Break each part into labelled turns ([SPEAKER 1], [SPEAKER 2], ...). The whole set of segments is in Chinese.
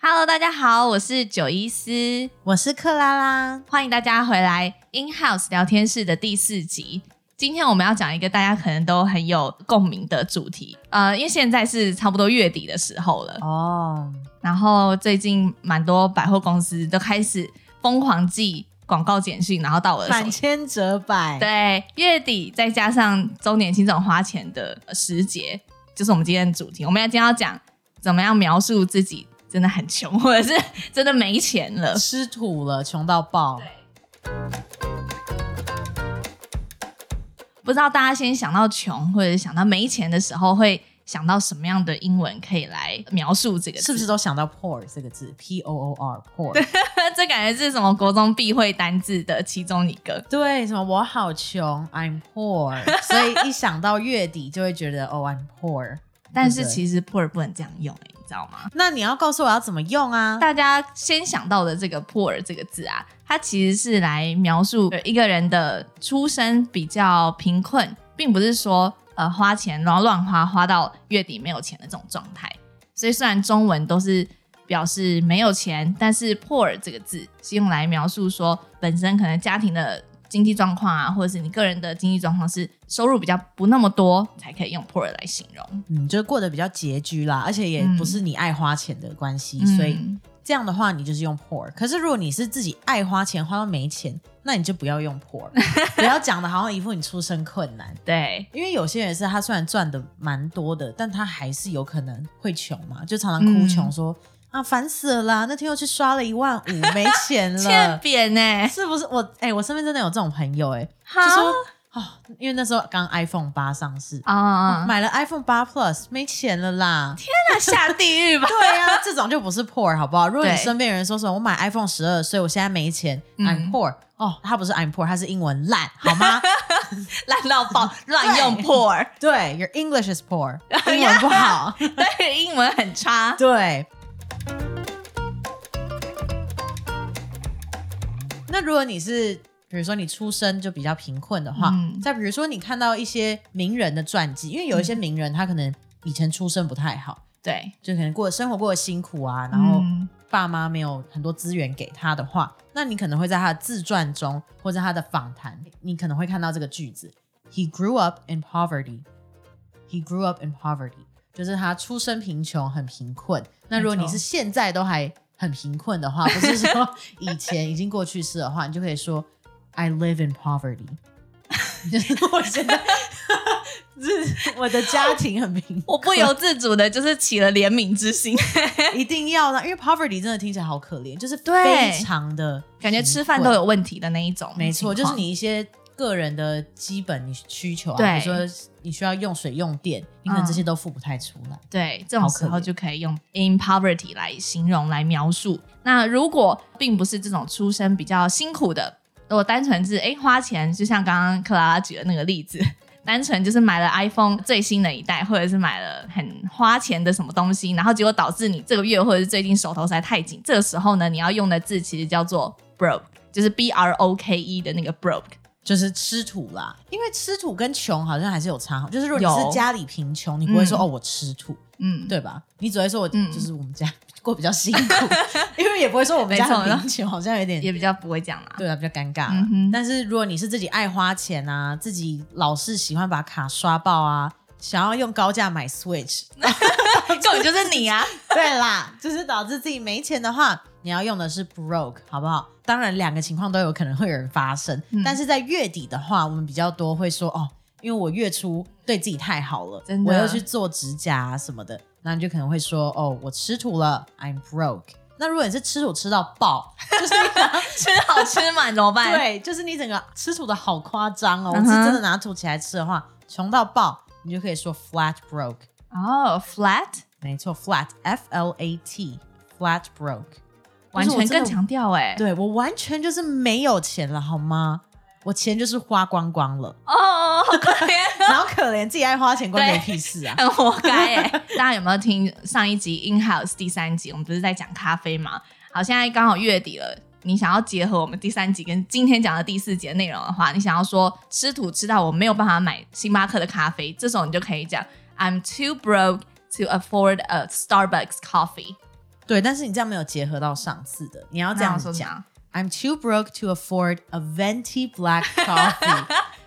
[SPEAKER 1] Hello，大家好，我是九一思，
[SPEAKER 2] 我是克拉拉，
[SPEAKER 1] 欢迎大家回来 In House 聊天室的第四集。今天我们要讲一个大家可能都很有共鸣的主题，呃，因为现在是差不多月底的时候了，
[SPEAKER 2] 哦，
[SPEAKER 1] 然后最近蛮多百货公司都开始疯狂寄广告简讯，然后到我的手
[SPEAKER 2] 反
[SPEAKER 1] 机。
[SPEAKER 2] 千折百，，
[SPEAKER 1] 对，月底再加上周年庆这种花钱的呃时节，就是我们今天的主题。我们要今天要讲怎么样描述自己真的很穷，或者是真的没钱了。
[SPEAKER 2] 吃土了，穷到爆，
[SPEAKER 1] 不知道大家先想到穷或者想到没钱的时候，会想到什么样的英文可以来描述这个字？
[SPEAKER 2] 是不是都想到 “poor” 这个字？P O O R poor，
[SPEAKER 1] 这感觉是什么国中必会单字的其中一个？
[SPEAKER 2] 对，什么我好穷，I'm poor，所以一想到月底就会觉得 哦，I'm poor。
[SPEAKER 1] 但是其实 poor 不能这样用、欸，你知道吗？
[SPEAKER 2] 那你要告诉我要怎么用啊？
[SPEAKER 1] 大家先想到的这个 poor 这个字啊，它其实是来描述一个人的出身比较贫困，并不是说呃花钱然后乱花，花到月底没有钱的这种状态。所以虽然中文都是表示没有钱，但是 poor 这个字是用来描述说本身可能家庭的经济状况啊，或者是你个人的经济状况是收入比较不那么多，才可以用 poor 来形容。
[SPEAKER 2] 嗯，就是过得比较拮据啦，而且也不是你爱花钱的关系，所以
[SPEAKER 1] 嗯
[SPEAKER 2] 这样的话你就是用 poor。可是如果你是自己爱花钱，花到没钱，那你就不要用 poor，不要讲的好像一副你出身困难。
[SPEAKER 1] 对，
[SPEAKER 2] 因为有些人是他虽然赚的蛮多的，但他还是有可能会穷嘛，就常常哭
[SPEAKER 1] 嗯
[SPEAKER 2] 穷说、啊烦死了啦，那天又去刷了一万五，没 钱
[SPEAKER 1] 欠
[SPEAKER 2] 了，
[SPEAKER 1] 扁欸呢、
[SPEAKER 2] 是不是？我哎、我身边真的有这种朋友哎、
[SPEAKER 1] 哈
[SPEAKER 2] 就说哦，因为那时候刚 iPhone 八上市，
[SPEAKER 1] 啊，
[SPEAKER 2] 买了 iPhone 八 Plus 没钱了啦。！
[SPEAKER 1] 那下地狱吧
[SPEAKER 2] 对呀、这种就不是 poor 好不好？如果你
[SPEAKER 1] 啊对
[SPEAKER 2] 身边有人说什么我买 iPhone 十二，所以我现在没钱、
[SPEAKER 1] 嗯
[SPEAKER 2] i m poor。哦，他不是 I'm poor，他是英文烂好 吗？
[SPEAKER 1] 烂到爆，乱用 poor，
[SPEAKER 2] 对，Your English is poor，
[SPEAKER 1] 哎
[SPEAKER 2] 英文不好。
[SPEAKER 1] 对，英文很差。
[SPEAKER 2] 对。那如果你是，比如说你出身就比较贫困的话，
[SPEAKER 1] 嗯
[SPEAKER 2] 再比如说你看到一些名人的传记，因为有一些名人他可能以前出身不太好，
[SPEAKER 1] 对，
[SPEAKER 2] 就可能过生活过得辛苦啊，然
[SPEAKER 1] 然
[SPEAKER 2] 后
[SPEAKER 1] 后
[SPEAKER 2] 爸妈没有很多资源给他的话，那你可能会在他的自传中或者他的访谈，你可能会看到这个句子：He grew up in poverty. He grew up in poverty，就是他出身贫穷，很贫困。那如果
[SPEAKER 1] 没
[SPEAKER 2] 你
[SPEAKER 1] 错
[SPEAKER 2] 是现在都还很贫困的话，不是说以前已经过去式的话，你就可以说 I live in poverty。就是我现在， 就是我的家庭很贫
[SPEAKER 1] 我不由自主的就是起了怜悯之心，
[SPEAKER 2] 一定要呢，因为 poverty 真的听起来好可怜，就是
[SPEAKER 1] 对
[SPEAKER 2] 非常的
[SPEAKER 1] 感觉吃饭都有问题的那一种情况。
[SPEAKER 2] 没错，就是你一些个人的基本你需求啊，
[SPEAKER 1] 对
[SPEAKER 2] 比如说你需要用水用电，你可能这些都付不太出来。
[SPEAKER 1] 对这种时
[SPEAKER 2] 好
[SPEAKER 1] 候
[SPEAKER 2] 可怜
[SPEAKER 1] 就可以用 in poverty 来形容来描述。那如果并不是这种出身比较辛苦的，如果单纯是哎花钱，就像刚刚克拉拉举的那个例子。单纯就是买了 iPhone 最新的一代，或者是买了很花钱的什么东西，然后结果导致你这个月或者是最近手头实在太紧，这个时候呢，你要用的字其实叫做 broke，就是 b r o k e 的那个 broke。
[SPEAKER 2] 就是吃土啦，因为吃土跟穷好像还是有差。就是如果你
[SPEAKER 1] 有
[SPEAKER 2] 是家里贫穷，你不会说、
[SPEAKER 1] 嗯
[SPEAKER 2] 哦我吃土，
[SPEAKER 1] 嗯，
[SPEAKER 2] 对吧？你只会说我、
[SPEAKER 1] 嗯
[SPEAKER 2] 就是我们家过比较 辛苦，因为也不会说我们家
[SPEAKER 1] 没错
[SPEAKER 2] 很贫穷，好像有点
[SPEAKER 1] 也比较不会讲啦。
[SPEAKER 2] 对啊，比较尴尬啦、
[SPEAKER 1] 嗯哼
[SPEAKER 2] 但是如果你是自己爱花钱啊，自己老是喜欢把卡刷爆啊，想要用高价 买 Switch，
[SPEAKER 1] 根本就是你啊！
[SPEAKER 2] 对啦，就是导致自己没钱的话，你要用的是 broke，好不好？当然，两个情况都有可能会有人发生，
[SPEAKER 1] 嗯
[SPEAKER 2] 但是在月底的话，我们比较多会说哦，因为我月初对自己太好了，
[SPEAKER 1] 真的
[SPEAKER 2] 我又去做指甲、啊、什么的，那你就可能会说哦，我吃土了，I'm broke。那如果你是吃土吃到爆，就是你想要
[SPEAKER 1] 吃好吃满怎么办？
[SPEAKER 2] 对，就是你整个吃土的好夸张哦，
[SPEAKER 1] 嗯
[SPEAKER 2] 我
[SPEAKER 1] 哼
[SPEAKER 2] 是真的拿土起来吃的话，穷到爆，你就可以说 flat broke。
[SPEAKER 1] 哦、f l a t
[SPEAKER 2] 没错，flat f l a t flat broke，
[SPEAKER 1] 完全更强
[SPEAKER 2] 就是我真的。
[SPEAKER 1] 调哎、
[SPEAKER 2] 对我完全就是没有钱了，好吗？我钱就是花光光 了，
[SPEAKER 1] 哦，好可怜，
[SPEAKER 2] 然后可怜自己爱花钱关
[SPEAKER 1] 对
[SPEAKER 2] 你屁事啊！
[SPEAKER 1] 很活该哎、大家有没有听上一集 In House 第三集？我们不是在讲咖啡吗？好，现在刚好月底了，你想要结合我们第三集跟今天讲的第四集的内容的话，你想要说吃土吃到我没有办法买星巴克的咖啡，这时候你就可以讲 I'm too broke to afford a Starbucks coffee。
[SPEAKER 2] 对，但是你这样没有结合到上次的，你要这
[SPEAKER 1] 那
[SPEAKER 2] 样
[SPEAKER 1] 我
[SPEAKER 2] 子
[SPEAKER 1] 说什啊
[SPEAKER 2] 讲
[SPEAKER 1] 么。
[SPEAKER 2] I'm too broke to afford a venti black coffee 。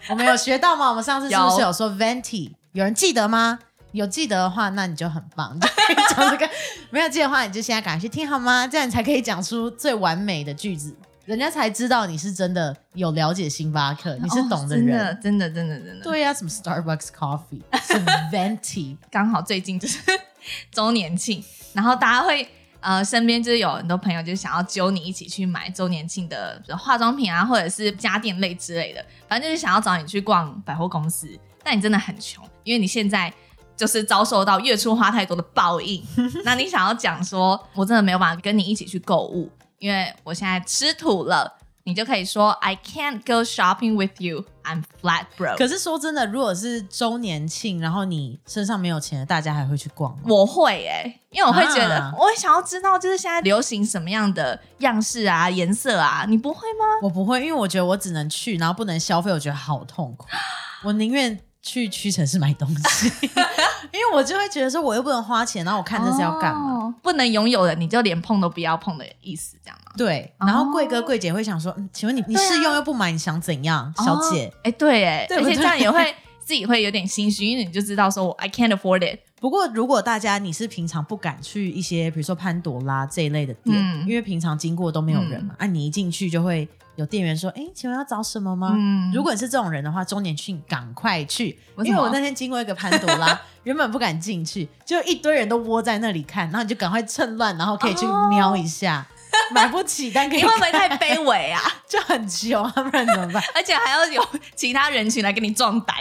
[SPEAKER 2] 我们有学到吗？我们上次是不是
[SPEAKER 1] 有
[SPEAKER 2] 有说 venti？有人记得吗？有记得的话，那你就很棒，你 就可以讲这个；没有记得的话，你就现在赶快去听好吗？这样你才可以讲出最完美的句子，人家才知道你是真的有了解星巴克，你是
[SPEAKER 1] 哦
[SPEAKER 2] 懂的人。
[SPEAKER 1] 真的真的真的真的。
[SPEAKER 2] 对呀、什么 Starbucks coffee 是 venti，
[SPEAKER 1] 刚好最近就是 周年庆，然后大家会呃身边就是有很多朋友就是想要揪你一起去买周年庆的比如化妆品啊，或者是家电类之类的，反正就是想要找你去逛百货公司，但你真的很穷，因为你现在。就是遭受到月初花太多的报应，那你想要讲说，我真的没有办法跟你一起去购物，因为我现在吃土了，你就可以说 I can't go shopping with you, I'm flat broke。
[SPEAKER 2] 可是说真的，如果是周年庆，然后你身上没有钱，大家还会去逛吗？
[SPEAKER 1] 我会哎、因为我会觉得，
[SPEAKER 2] 啊
[SPEAKER 1] 我会想要知道，就是现在流行什么样的样式啊、颜色啊，你不会吗？
[SPEAKER 2] 我不会，因为我觉得我只能去，然后不能消费，我觉得好痛苦。我宁愿去屈臣氏买东西， 因为我就会觉得说我又不能花钱，然后我看这是要干嘛？
[SPEAKER 1] 哦不能拥有的，你就连碰都不要碰的意思，这样吗？
[SPEAKER 2] 对，
[SPEAKER 1] 哦
[SPEAKER 2] 然后贵哥贵姐会想说，嗯，请问你你
[SPEAKER 1] 对啊
[SPEAKER 2] 试用又不买，你想怎样，小姐？
[SPEAKER 1] 哦哎、对哎、
[SPEAKER 2] 对
[SPEAKER 1] 而
[SPEAKER 2] 不
[SPEAKER 1] 且
[SPEAKER 2] 对
[SPEAKER 1] 这样也会 自己会有点心虚，因为你就知道说我 I can't afford it。
[SPEAKER 2] 不过，如果大家你是平常不敢去一些，比如说潘朵拉这一类的店，
[SPEAKER 1] 嗯
[SPEAKER 2] 因为平常经过都没有人嘛，啊，你一进去就会有店员说：“哎，请问要找什么吗？”
[SPEAKER 1] 嗯
[SPEAKER 2] 如果你是这种人的话，周年庆赶快去，
[SPEAKER 1] 为什
[SPEAKER 2] 因
[SPEAKER 1] 么
[SPEAKER 2] 为我那天经过一个潘朵拉，原本不敢进去，就一堆人都窝在那里看，然后你就赶快趁乱，然后可以去
[SPEAKER 1] 哦
[SPEAKER 2] 瞄一下，买不起但可以
[SPEAKER 1] 你会不会
[SPEAKER 2] 看
[SPEAKER 1] 太卑微 啊？
[SPEAKER 2] 就很穷啊，不然怎么办？
[SPEAKER 1] 而且还要有其他人群来跟你壮 胆。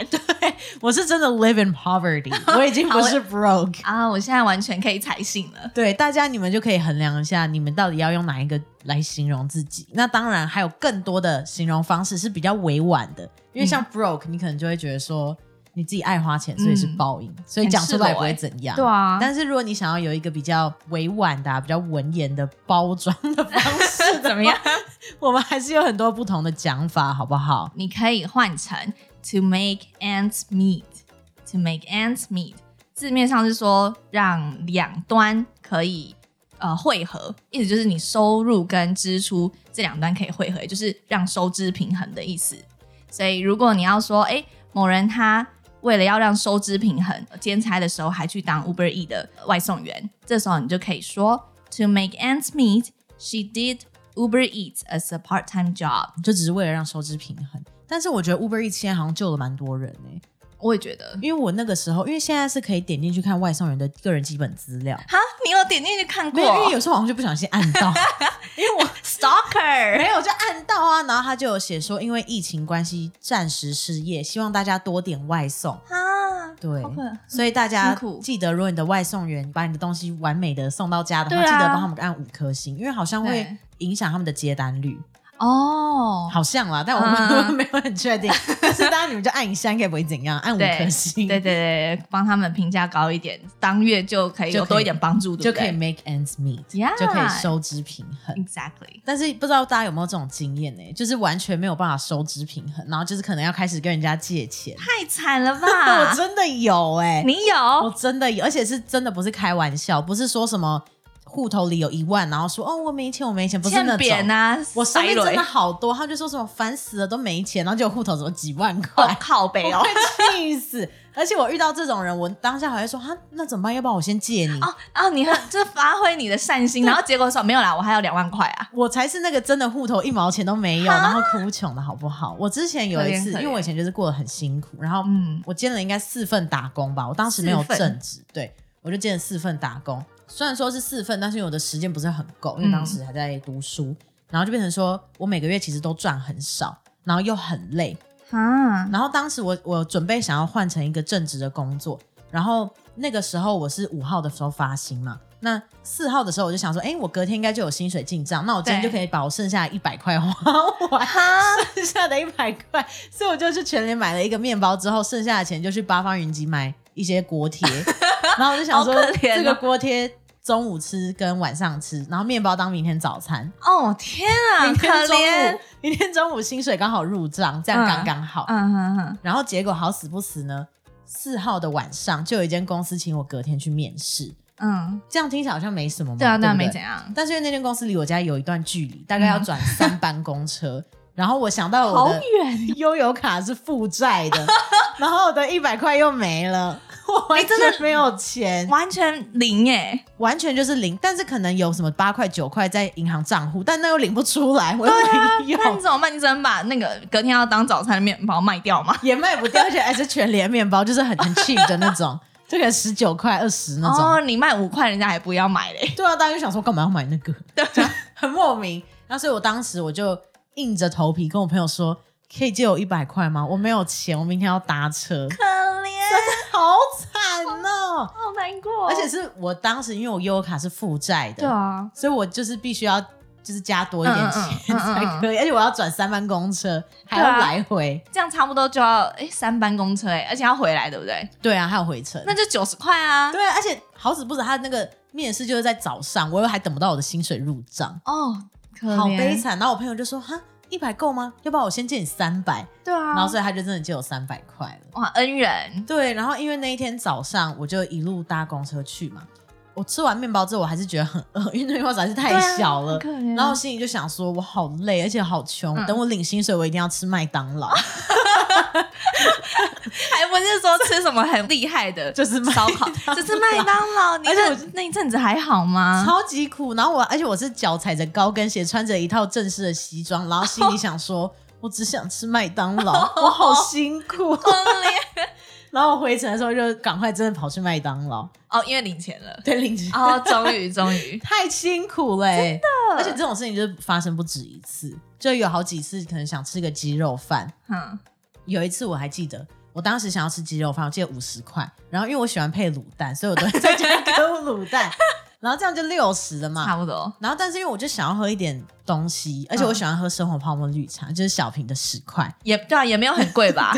[SPEAKER 2] 我是真的 live in poverty，我已经不是 broke。
[SPEAKER 1] 啊，我现在完全可以采信了。
[SPEAKER 2] 对，大家你们就可以衡量一下，你们到底要用哪一个来形容自己。那当然还有更多的形容方式是比较委婉的，因为
[SPEAKER 1] 嗯
[SPEAKER 2] 像 broke，、你可能就会觉得说你自己爱花钱，所以是报
[SPEAKER 1] 嗯
[SPEAKER 2] 应，所以讲出来也不会怎样。
[SPEAKER 1] 对啊，，
[SPEAKER 2] 但是如果你想要有一个比较委婉的啊、比较文言的包装的方 式
[SPEAKER 1] 怎么样？
[SPEAKER 2] 我们还是有很多不同的讲法，好不好？
[SPEAKER 1] 你可以换成 to make ends meet。to make ends meet 字面上是说让两端可以呃汇合，意思就是你收入跟支出这两端可以汇合，也就是让收支平衡的意思。所以如果你要说，哎、某人他为了要让收支平衡，兼差的时候还去当 Uber E 的外送员，这时候你就可以说 to make ends meet, she did Uber Eats as a part-time job。
[SPEAKER 2] 就只是为了让收支平衡。但是我觉得 Uber Eats 现在好像救了蛮多人呢、
[SPEAKER 1] 我也觉得，
[SPEAKER 2] 因为我那个时候，因为现在是可以点进去看外送员的个人基本资料，
[SPEAKER 1] 哈，你有点进去看
[SPEAKER 2] 没有，因为
[SPEAKER 1] 过
[SPEAKER 2] 有时候好像就不小心按到， 因为我没
[SPEAKER 1] ？Stalker，
[SPEAKER 2] 有就按到啊，然后他就有写说，因为疫情关系暂时失业，希望大家多点外送。
[SPEAKER 1] 啊，
[SPEAKER 2] 对
[SPEAKER 1] 好可爱
[SPEAKER 2] 所以大家
[SPEAKER 1] 辛苦
[SPEAKER 2] 记得，如果你的外送员把你的东西完美的送到家的话，
[SPEAKER 1] 对啊
[SPEAKER 2] 记得帮他们按五颗星，因为好像会
[SPEAKER 1] 对
[SPEAKER 2] 影响他们的接单率，
[SPEAKER 1] 哦，
[SPEAKER 2] 好像啦，但我们、
[SPEAKER 1] 嗯
[SPEAKER 2] 没有很 确定。但是大家你们就按一下，应该不会怎样，按五
[SPEAKER 1] 对
[SPEAKER 2] 颗星，
[SPEAKER 1] 对对对，对帮他们评价高一点，当月就可以
[SPEAKER 2] 就
[SPEAKER 1] 有
[SPEAKER 2] 可以
[SPEAKER 1] 多一点帮助，对
[SPEAKER 2] 就
[SPEAKER 1] 不
[SPEAKER 2] 可
[SPEAKER 1] 对
[SPEAKER 2] 以 make ends meet，、
[SPEAKER 1] Yeah
[SPEAKER 2] 就可以收支平衡。
[SPEAKER 1] ？Exactly，
[SPEAKER 2] 但是不知道大家有没有这种经验呢、就是完全没有办法收支平衡，然后就是可能要开始跟人家借钱。
[SPEAKER 1] 太惨了
[SPEAKER 2] 我
[SPEAKER 1] 吧？
[SPEAKER 2] 真的有哎、
[SPEAKER 1] 啊你哦
[SPEAKER 2] 我
[SPEAKER 1] 有
[SPEAKER 2] 真的有，而且是真的不是开玩笑，不是说什么户头里有一万，然后说哦我没钱，我没钱，不是那
[SPEAKER 1] 欠扁
[SPEAKER 2] 种。
[SPEAKER 1] 啊？
[SPEAKER 2] 我身
[SPEAKER 1] 塞
[SPEAKER 2] 边真
[SPEAKER 1] 雷
[SPEAKER 2] 的好多，他就说什么烦死了都没钱，然后结果户头怎么几万
[SPEAKER 1] 哦
[SPEAKER 2] 块，
[SPEAKER 1] 靠北
[SPEAKER 2] 哎 我
[SPEAKER 1] 哦
[SPEAKER 2] 会。气死！而且我遇到这种人，我当下还会说哈，那怎么办？要不然我先借你。
[SPEAKER 1] 哦，然后你看，就发挥你的善心，然后结果说没有啦，我还有两万块啊。
[SPEAKER 2] 我才是那个真的户头一毛钱都没有，
[SPEAKER 1] 哈
[SPEAKER 2] 然后哭穷的好不好？我之前有一次，
[SPEAKER 1] 可怜可怜
[SPEAKER 2] 因为我以前就是过得很辛苦，然后
[SPEAKER 1] 嗯，
[SPEAKER 2] 我兼了应该四份打工吧，我当时没有
[SPEAKER 1] 四份
[SPEAKER 2] 正职，对我就兼了四份打工。虽然说是四份，但是因为我的时间不是很够，因为
[SPEAKER 1] 嗯
[SPEAKER 2] 当时还在读书，然后就变成说我每个月其实都赚很少，然后又很累。
[SPEAKER 1] 哈，
[SPEAKER 2] 然后当时我我准备想要换成一个正职的工作，然后那个时候我是五号的时候发薪嘛，那四号的时候我就想说，哎、我隔天应该就有薪水进账，那我今天
[SPEAKER 1] 对
[SPEAKER 2] 就可以把我剩下一百块花完。
[SPEAKER 1] 哈，
[SPEAKER 2] 剩下的一百块，所以我就去全联买了一个面包，之后剩下的钱就去八方云集买一些 锅贴，然后我就想说
[SPEAKER 1] 好可怜哦
[SPEAKER 2] 这个锅贴中午吃跟晚上吃，然后面包当明天早餐，
[SPEAKER 1] 哦天啊，
[SPEAKER 2] 明
[SPEAKER 1] 可
[SPEAKER 2] 天中
[SPEAKER 1] 怜
[SPEAKER 2] 午。明天中午薪水刚好入账，这样刚刚好。
[SPEAKER 1] 嗯哼哼，
[SPEAKER 2] 然后结果好死不死呢，四号的晚上就有一间公司请我隔天去面试，
[SPEAKER 1] 嗯，
[SPEAKER 2] 这样听起来好像没什么嘛，
[SPEAKER 1] 对啊，
[SPEAKER 2] 对
[SPEAKER 1] 对啊，
[SPEAKER 2] 不
[SPEAKER 1] 没
[SPEAKER 2] 对
[SPEAKER 1] 怎样，
[SPEAKER 2] 但是因为那间公司离我家有一段距离，大概要转三班公车， 然后我想到我
[SPEAKER 1] 好
[SPEAKER 2] 的
[SPEAKER 1] 远，
[SPEAKER 2] 悠游卡是负债的，然后我的一百块又没 了，我完
[SPEAKER 1] 哎真的
[SPEAKER 2] 全没有钱，
[SPEAKER 1] 完全零 哎，
[SPEAKER 2] 完全就是零。但是可能有什么八块九块在银行账户，但那又领不出来，我又没有，
[SPEAKER 1] 啊那你怎么办？你只能把那个隔天要当早餐的面包卖掉吗？
[SPEAKER 2] 也卖不掉，而且还是全联面包，就是很很 cheap 的那种， 就可能十九块二十那种。
[SPEAKER 1] 哦，你卖五块，人家还不要买嘞。
[SPEAKER 2] 对啊，大家就想说干嘛要买那个，对，很莫名。那所以我当时我就硬着头皮跟我朋友说，可以借我一百块吗？我没有钱，我明天要搭 车，
[SPEAKER 1] 可怜，
[SPEAKER 2] 好惨哦！
[SPEAKER 1] 好难过
[SPEAKER 2] 而且是我当时因为我悠游卡是负债的，
[SPEAKER 1] 对啊，
[SPEAKER 2] 所以我就是必须要就是加多一点钱
[SPEAKER 1] 嗯嗯嗯嗯
[SPEAKER 2] 才可以，而且我要转三班公车，还要
[SPEAKER 1] 对啊
[SPEAKER 2] 来回，
[SPEAKER 1] 这样差不多就要哎三班公车哎，而且要回来对不对？
[SPEAKER 2] 对啊，还有回程。
[SPEAKER 1] 那就九十块啊。
[SPEAKER 2] 对啊，而且好死不死，他那个面试就是在早上，我又还等不到我的薪水入账。
[SPEAKER 1] 哦，可怜
[SPEAKER 2] 好悲，惨。然后我朋友就说：“哈，一百够吗？要不然我先借你三百。”
[SPEAKER 1] 对啊。
[SPEAKER 2] 然后所以他就真的借我三百块了。
[SPEAKER 1] 哇，恩人，
[SPEAKER 2] 对，然后因为那一天早上我就一路搭公车去嘛，我吃完面包之后我还是觉得很饿，因为那面包实在是太小了。
[SPEAKER 1] 对啊很可怜
[SPEAKER 2] 然后我心里就想说，我好累，而且好穷，
[SPEAKER 1] 嗯啊
[SPEAKER 2] 等我领薪水我一定要吃麦当劳。
[SPEAKER 1] 还不是说吃什么很厉害的，
[SPEAKER 2] 就是麦
[SPEAKER 1] 烧烤， 只是麦当劳。啊你
[SPEAKER 2] 而且
[SPEAKER 1] 那
[SPEAKER 2] 我
[SPEAKER 1] 那一阵子还好吗？
[SPEAKER 2] 超级苦。然后我，而且我是脚踩着高跟鞋，穿着一套正式的西装，然后心里想说，我只想吃麦当劳，我好辛 苦。
[SPEAKER 1] 可怜
[SPEAKER 2] 然后我回程的时候就赶快真的跑去麦当劳，
[SPEAKER 1] 哦，因为领钱了。
[SPEAKER 2] 对，领钱。，
[SPEAKER 1] 哦，终于终于
[SPEAKER 2] 太辛苦了、啊欸，真的。而且这种事情就是发生不止一次，就有好几次可能想吃个鸡肉饭。
[SPEAKER 1] 嗯，
[SPEAKER 2] 有一次我还记得，我当时想要吃鸡肉饭，我记得五十块，然后因为我喜欢配卤蛋，所以我都会在家 给我卤蛋，然后这样就六十了嘛
[SPEAKER 1] 差。不多。
[SPEAKER 2] 然后，但是因为我就想要喝一点东西，而且我喜欢喝生活泡沫绿茶，就是小瓶的十块。
[SPEAKER 1] 也对啊，也没有很贵 吧？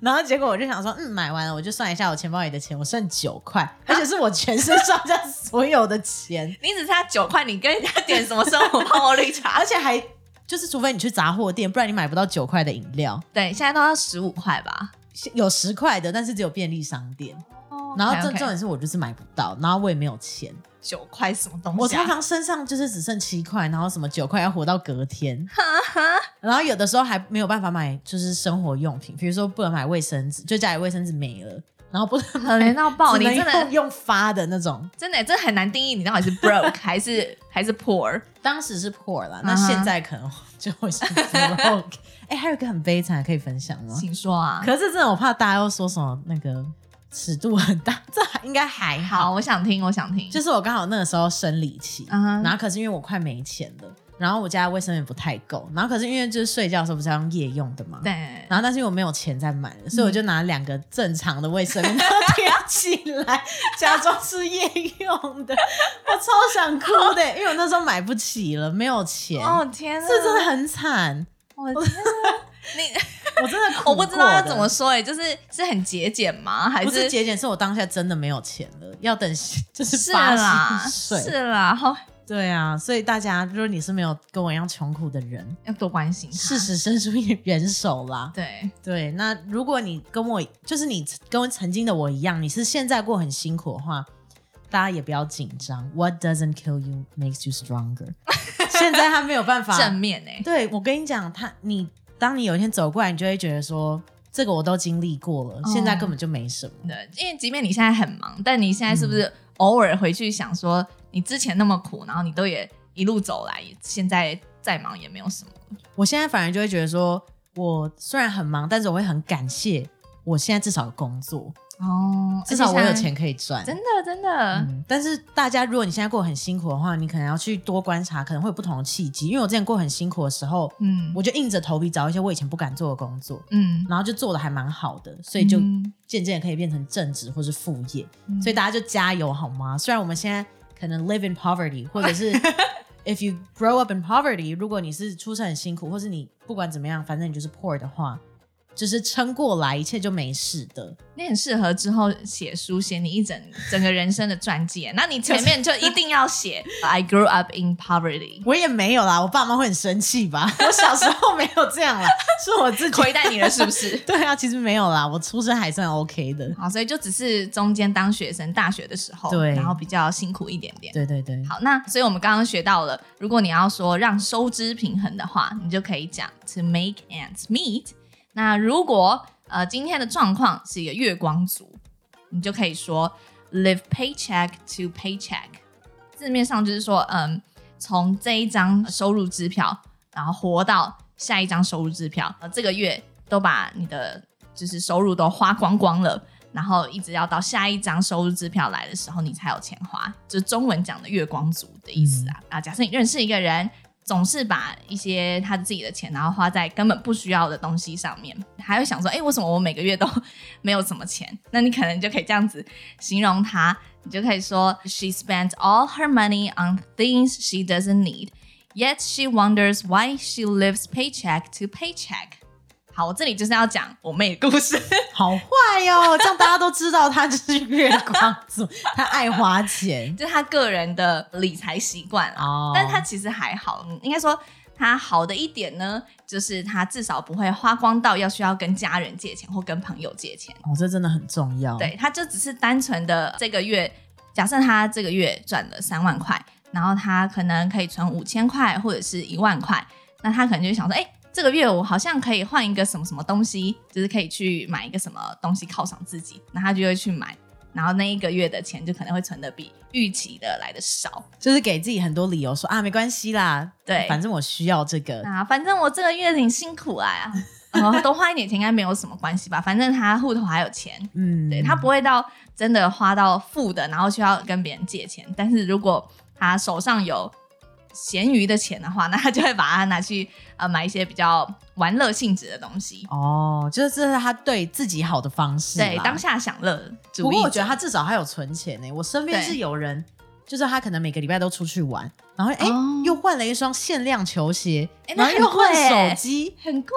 [SPEAKER 2] 然后结果我就想说，嗯，买完了我就算一下我钱包里的钱，我剩九块，
[SPEAKER 1] 啊
[SPEAKER 2] 而且是我全身上下所有的钱。
[SPEAKER 1] 你只差九块，你跟人家点什么生活泡沫绿茶
[SPEAKER 2] 而？且还就是，除非你去杂货店，不然你买不到九块的饮料。
[SPEAKER 1] 对，现在都要十五块吧。
[SPEAKER 2] 有十块的，但是只有便利商店。
[SPEAKER 1] 哦
[SPEAKER 2] 然后重重点是我就是买不到，然后我也没有钱，
[SPEAKER 1] 九块什么东
[SPEAKER 2] 我
[SPEAKER 1] 西
[SPEAKER 2] 常
[SPEAKER 1] 啊？
[SPEAKER 2] 常身上就是只剩七块，然后什么九块要活到隔天，然后有的时候还没有办法买就是生活用品，比如说不能买卫生纸，就家里卫生纸没了，然后不能
[SPEAKER 1] 可怜到哎爆！
[SPEAKER 2] 只
[SPEAKER 1] 你
[SPEAKER 2] 能
[SPEAKER 1] 真
[SPEAKER 2] 用
[SPEAKER 1] 的
[SPEAKER 2] 用发的那种。
[SPEAKER 1] 真的这很难定义，你到 底是 broke 还是还是 poor？
[SPEAKER 2] 当时是 poor 啦，那
[SPEAKER 1] 嗯哼
[SPEAKER 2] 现在可能就会是 broke。哎，还有一个很悲惨的可以分享吗？
[SPEAKER 1] 请说啊。
[SPEAKER 2] 可是真的，我怕大家又说什么那个尺度很大，这还应该还好。
[SPEAKER 1] 好，我想听，我想听。
[SPEAKER 2] 就是我刚好那个时候生理期
[SPEAKER 1] 嗯哼
[SPEAKER 2] 然后可是因为我快没钱了，然后我家卫生棉不太够，然后可是因为就是睡觉的时候不是要用夜用的嘛，
[SPEAKER 1] 对，
[SPEAKER 2] 然后但是因为我没有钱再买了，所
[SPEAKER 1] 嗯
[SPEAKER 2] 以我就拿两个正常的卫生棉 贴起来，假装是夜用的，我超想哭的，因为我那时候买不起了，没有钱，
[SPEAKER 1] 哦天哪，
[SPEAKER 2] 这真的很惨，
[SPEAKER 1] 我的天啊，你
[SPEAKER 2] 我真的
[SPEAKER 1] 我不知道要
[SPEAKER 2] 苦过的
[SPEAKER 1] 怎么。说哎、就是是很节俭吗？还
[SPEAKER 2] 不是节俭，是我当下真的没有钱了，要等就是
[SPEAKER 1] 是
[SPEAKER 2] 发
[SPEAKER 1] 啦
[SPEAKER 2] 薪水。
[SPEAKER 1] 是啦，好
[SPEAKER 2] 对啊，所以大家，如果你是没有跟我一样穷苦的 人，
[SPEAKER 1] 要多关心他。
[SPEAKER 2] 适时伸出一点援手啦。
[SPEAKER 1] 对，
[SPEAKER 2] 对，那如果你跟我，就是你跟曾经的我一样，你是现在过很辛苦的话，大家也不要紧张。What doesn't kill you makes you stronger 。现在他没有办法。
[SPEAKER 1] 正面哎、
[SPEAKER 2] 对我跟你讲，他你当你有一天走过来，你就会觉得说，这个我都经历过了，现在根本就没什么。
[SPEAKER 1] 对，因为即便你现在很忙，但你现在是不是偶尔回去想说，你之前那么苦，然后你都也一路走来，现在再忙也没有什么。
[SPEAKER 2] 我现在反而就会觉得说，我虽然很忙，但是我会很感谢我现在至少有工作，
[SPEAKER 1] 哦
[SPEAKER 2] 至少我有，钱可以赚。
[SPEAKER 1] 真的真的，
[SPEAKER 2] 嗯，但是大家，如果你现在过得很辛苦的话，你可能要去多观察，可能会有不同的契机。因为我之前过得很辛苦的时候，
[SPEAKER 1] 嗯
[SPEAKER 2] 我就硬着头皮找一些我以前不敢做的工作，
[SPEAKER 1] 嗯，
[SPEAKER 2] 然后就做的还蛮好的，所以就
[SPEAKER 1] 嗯
[SPEAKER 2] 渐渐可以变成正职或是副业。
[SPEAKER 1] 嗯
[SPEAKER 2] 所以大家就加油好吗？虽然我们现在可能 live in poverty，或者是 if you grow up in poverty，如果你是出生很辛苦，或是你不管怎么样，反正你就是 poor 的话，就是撑过来，一切就没事的。
[SPEAKER 1] 你很适合之后写书，写你一整整个人生的传记。那你前面就一定要 写 I grew up in poverty，
[SPEAKER 2] 我也没有啦，我爸妈会很生气 吧？我小时候没有这样啦，是我自己？
[SPEAKER 1] 亏待你了是不是
[SPEAKER 2] 对啊，其实没有啦，我出身还算 OK 的。
[SPEAKER 1] 好，所以就只是中间当学生，大学的时候，
[SPEAKER 2] 对
[SPEAKER 1] 然后比较辛苦一点点。
[SPEAKER 2] 对对对，
[SPEAKER 1] 好，那所以我们刚刚学到了，如果你要说让收支平衡的话，你就可以讲 to make ends meet。那如果呃今天的状况是一个月光族，你就可以说 live paycheck to paycheck。字面上就是说，嗯，从这一张收入支票，然后活到下一张收入支票，呃，这个月都把你的就是收入都花光光了。然后一直要到下一张收入支票来的时候，你才有钱花，就是中文讲的月光族的意思啊、啊！假设你认识一个人，总是把一些他自己的钱，然后花在根本不需要的东西上面，还会想说，哎，为什么我每个月都没有什么钱？那你可能就可以这样子形容他，你就可以说，She spent all her money on things she doesn't need, yet she wonders why she lives paycheck to paycheck。好，我这里就是要讲我妹的故事。
[SPEAKER 2] 好坏哟、这样大家都知道他就是月光族， 他爱花钱
[SPEAKER 1] 就是他个人的理财习惯啊。
[SPEAKER 2] 哦。
[SPEAKER 1] 但是他其实还好，嗯应该说他好的一点呢，就是他至少不会花光到要需要跟家人借钱或跟朋友借钱。
[SPEAKER 2] 哦，这真的很重要。
[SPEAKER 1] 对，他就只是单纯的这个月，假设他这个月赚了三万块，然后他可能可以存五千块或者是一万块，那他可能就想说，哎、这个月我好像可以换一个什么什么东西，就是可以去买一个什么东西犒赏自己，那他就会去买，然后那一个月的钱就可能会存的比预期的来的少。
[SPEAKER 2] 就是给自己很多理由说啊，没关系啦，
[SPEAKER 1] 对
[SPEAKER 2] 反正我需要这个。
[SPEAKER 1] 啊，反正我这个月挺辛苦啊， 哦，多花一点钱应该没有什么关系吧？反正他户头还有钱，
[SPEAKER 2] 嗯，
[SPEAKER 1] 对他不会到真的花到负的，然后需要跟别人借钱。但是如果他手上有闲余的钱的话，那他就会把它拿去呃买一些比较玩乐性质的东西，
[SPEAKER 2] 哦，就是这是他对自己好的方式啦。
[SPEAKER 1] 对，当下享乐主义者。
[SPEAKER 2] 不过我觉得他至少还有存钱呢、我身边
[SPEAKER 1] 对
[SPEAKER 2] 是有人，就是他可能每个礼拜都出去玩，然后哎、
[SPEAKER 1] 哦
[SPEAKER 2] 又换了一双限量球鞋，
[SPEAKER 1] 哎那
[SPEAKER 2] 然后又
[SPEAKER 1] 很贵
[SPEAKER 2] 换
[SPEAKER 1] 欸
[SPEAKER 2] 手机，
[SPEAKER 1] 很贵，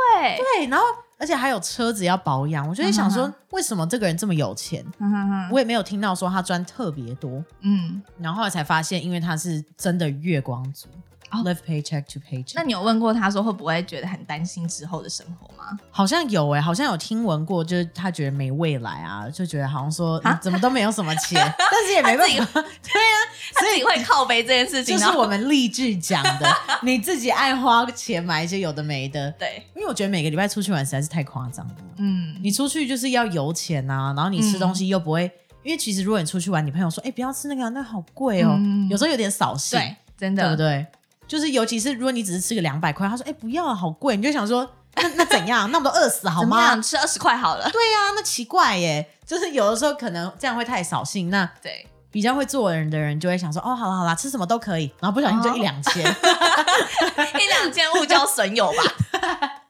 [SPEAKER 2] 对，然后而且还有车子要保养。我就会想
[SPEAKER 1] 嗯
[SPEAKER 2] 说，为什么这个人这么有钱？
[SPEAKER 1] 嗯哼哼
[SPEAKER 2] 我也没有听到说他赚特别多，
[SPEAKER 1] 嗯，
[SPEAKER 2] 然后后来才发现，因为他是真的月光族、
[SPEAKER 1] 哦
[SPEAKER 2] l i v e paycheck to paycheck。
[SPEAKER 1] 那你有问过他说会不会觉得很担心之后的生活吗？
[SPEAKER 2] 好像有哎、好像有听闻过，就是他觉得没未来啊，就觉得好像说、
[SPEAKER 1] 啊
[SPEAKER 2] 嗯怎么都没有什么 钱，但是也没办法，对啊，
[SPEAKER 1] 他
[SPEAKER 2] 所
[SPEAKER 1] 自
[SPEAKER 2] 以
[SPEAKER 1] 己会靠背这件事情，
[SPEAKER 2] 就是
[SPEAKER 1] 然后
[SPEAKER 2] 我们励志讲的， 你自己爱花钱买一些有的没的，
[SPEAKER 1] 对，
[SPEAKER 2] 因为我觉得每个礼拜出去玩实在是太夸张了。
[SPEAKER 1] 嗯，
[SPEAKER 2] 你出去就是要油钱呐、然后你吃东西又不会，因为其实如果你出去玩，你朋友说，哎、不要吃那个啊、那个好贵哦、
[SPEAKER 1] 嗯
[SPEAKER 2] 有时候有点扫兴，
[SPEAKER 1] 对，真
[SPEAKER 2] 对
[SPEAKER 1] 的
[SPEAKER 2] 不对？就是尤其是如果你只是吃个两百块，他说，哎、不要啊，好贵，你就想说，那那怎样？ 那我们都饿死好
[SPEAKER 1] 怎么
[SPEAKER 2] 吗
[SPEAKER 1] 样？？吃二十块好了。
[SPEAKER 2] 对呀、那奇怪耶，就是有的时候可能这样会太扫兴。那
[SPEAKER 1] 对，
[SPEAKER 2] 比较会做人的人就会想说，哦，好啦好啦，吃什么都可以，然后不小心就一两千，
[SPEAKER 1] 一两件物交损友吧。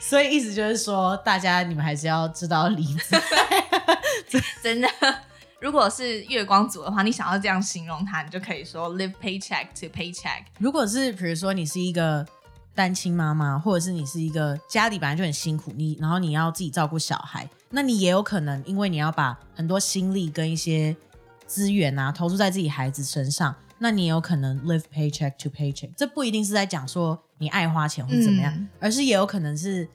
[SPEAKER 2] 所以意思就是说，大家你们还是要知道理 财。
[SPEAKER 1] 真的， 如果是月光族的话，你想要这样形容他，你就可以说 live paycheck to paycheck。
[SPEAKER 2] 如果是比如说你是一个单亲妈妈，或者是你是一个家里本来就很辛苦，你然后你要自己照顾小孩，那你也有可能因为你要把很多心力跟一些资源啊投注在自己孩子身上，那你也有可能 live paycheck to paycheck。这不一定是在讲说你爱花钱或怎么样，
[SPEAKER 1] 嗯
[SPEAKER 2] 而是也有可能是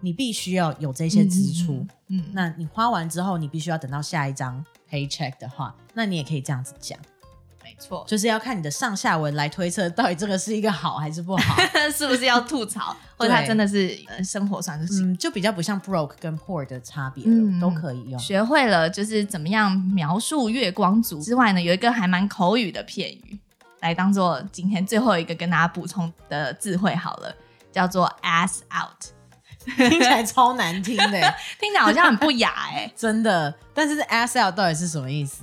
[SPEAKER 2] 你必须要有这些支出。
[SPEAKER 1] 嗯，
[SPEAKER 2] 那你花完之后，你必须要等到下一张 paycheck 的话，那你也可以这样子讲，
[SPEAKER 1] 没错，
[SPEAKER 2] 就是要看你的上下文来推测到底这个是一个好还是不好。
[SPEAKER 1] 是不是要吐 槽，或者他真的是、呃、生活上就是、
[SPEAKER 2] 嗯，就比较不像 broke 跟 poor 的差别了，
[SPEAKER 1] 嗯
[SPEAKER 2] 都可以用。
[SPEAKER 1] 学会了，就是怎么样描述月光族之外呢，有一个还蛮口语的片语，来当做今天最后一个跟大家补充的智慧好了，叫做 ass out，
[SPEAKER 2] 听起来超难听的，欸
[SPEAKER 1] 听起来好像很不雅哎、
[SPEAKER 2] 真的。但是 ass out 到底是什么意思？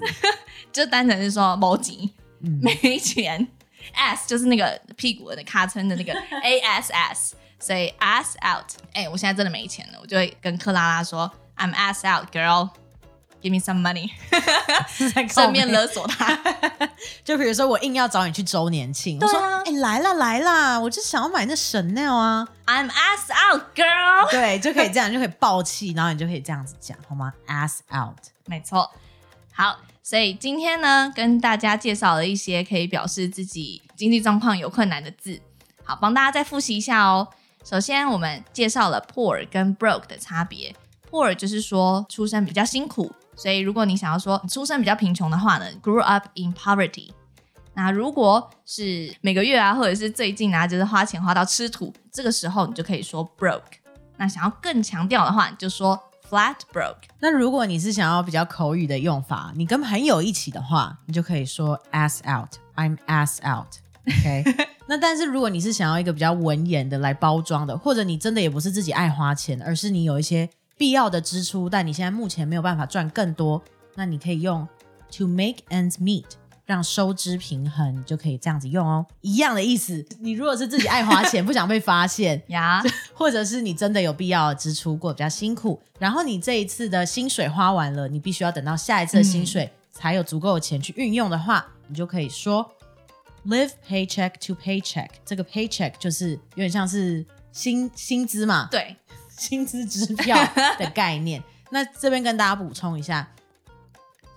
[SPEAKER 1] 就单纯是说某几
[SPEAKER 2] 嗯
[SPEAKER 1] 没钱，ass 就是那个屁股的咔称的那个 a s s，所以 ass out。哎、我现在真的没钱了，我就会跟克拉拉说 I'm ass out girl。 give me some money，
[SPEAKER 2] 是在靠
[SPEAKER 1] 正面
[SPEAKER 2] 背
[SPEAKER 1] 勒索他。
[SPEAKER 2] 就比如说，我硬要找你去周年庆，我
[SPEAKER 1] 对
[SPEAKER 2] 说：“
[SPEAKER 1] 啊
[SPEAKER 2] 哎、来啦来啦，我就想要买那 Chanel 啊。
[SPEAKER 1] I'm ass out, girl。
[SPEAKER 2] 对，就可以这样，就可以爆气，然后你就可以这样子讲，好吗？Ass out。
[SPEAKER 1] 没错。好，所以今天呢，跟大家介绍了一些可以表示自己经济状况有困难的字。好，帮大家再复习一下哦。首先，我们介绍了 poor 跟 broke 的差别。poor 就是说出生比较辛苦，所以如果你想要说出生比较贫穷的话呢，grew up in poverty。那如果是每个月啊，或者是最近啊，就是花钱花到吃土，这个时候你就可以说 broke。那想要更强调的话，你就说 flat broke。
[SPEAKER 2] 那如果你是想要比较口语的用法，你跟朋友一起的话，你就可以说 ass out，I'm ass out。OK 。那但是如果你是想要一个比较文言的来包装的，或者你真的也不是自己爱花钱，而是你有一些必要的支出，但你现在目前没有办法赚更多，那你可以用 to make ends meet。让收支平衡，你就可以这样子用哦，一样的意思。你如果是自己爱花钱，不想被发现，
[SPEAKER 1] 呀、
[SPEAKER 2] 或者是你真的有必要的支出过比较辛苦，然后你这一次的薪水花完了，你必须要等到下一次的薪水才有足够的钱去运用的话，你就可以说 live paycheck to paycheck。这个 paycheck 就是有点像是薪薪资嘛，
[SPEAKER 1] 对，
[SPEAKER 2] 薪资支票的概念。 那这边跟大家补充一下，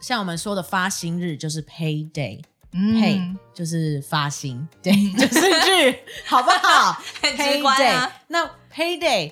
[SPEAKER 2] 像我们说的发薪日就是 pay day。pay、
[SPEAKER 1] 嗯，
[SPEAKER 2] 就是发薪，对， 就是日，好不好？
[SPEAKER 1] 很
[SPEAKER 2] Payday，
[SPEAKER 1] 直观啊。
[SPEAKER 2] 那 Payday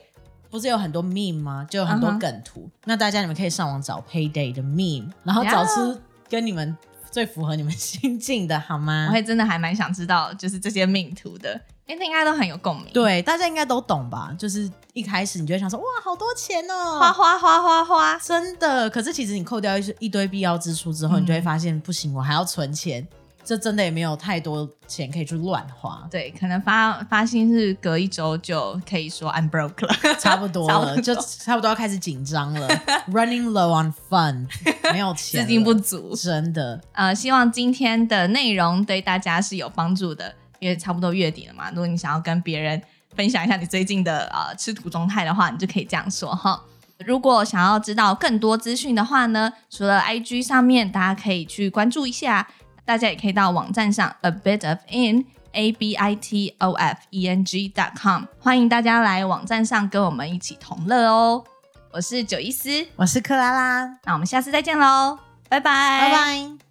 [SPEAKER 2] 不是有很多 meme 吗？就有很
[SPEAKER 1] 嗯
[SPEAKER 2] 多梗图。那大家你们可以上网找 Payday 的 meme，然后找出跟你们最符合你们心境的，好吗
[SPEAKER 1] 我？会真的还蛮想知道，就是这些命途的，因为那应该都很有共鸣。，
[SPEAKER 2] 对，大家应该都懂吧？就是一开始你就会想说，哇，好多钱
[SPEAKER 1] 花
[SPEAKER 2] 哦，
[SPEAKER 1] 花花花花，
[SPEAKER 2] 真的。可是其实你扣掉一些一堆必要支出之后，
[SPEAKER 1] 嗯
[SPEAKER 2] 你就会发现不行，我还要存钱。这真的也没有太多钱可以去乱 花，
[SPEAKER 1] 对，可能发发薪是隔一周就可以说 I'm broke 了，
[SPEAKER 2] 差不多
[SPEAKER 1] 差
[SPEAKER 2] 了，
[SPEAKER 1] 不
[SPEAKER 2] 就差不多要开始紧张了，running low on fun，没有钱
[SPEAKER 1] 资
[SPEAKER 2] 了，
[SPEAKER 1] 金不足。
[SPEAKER 2] 真的，
[SPEAKER 1] 呃，希望今天的内容对大家是有帮助的，因为差不多月底了嘛。如果你想要跟别人分享一下你最近的呃吃土状态的话，你就可以这样说哈。如果想要知道更多资讯的话呢，除了 IG 上面，大家可以去关注一下，大家也可以到网站上 a bit of in a b i t o f e n g dot com，欢迎大家来网站上跟我们一起同乐哦。我是九一思，
[SPEAKER 2] 我是克拉拉，
[SPEAKER 1] 那我们下次再见喽，拜拜，
[SPEAKER 2] 拜拜。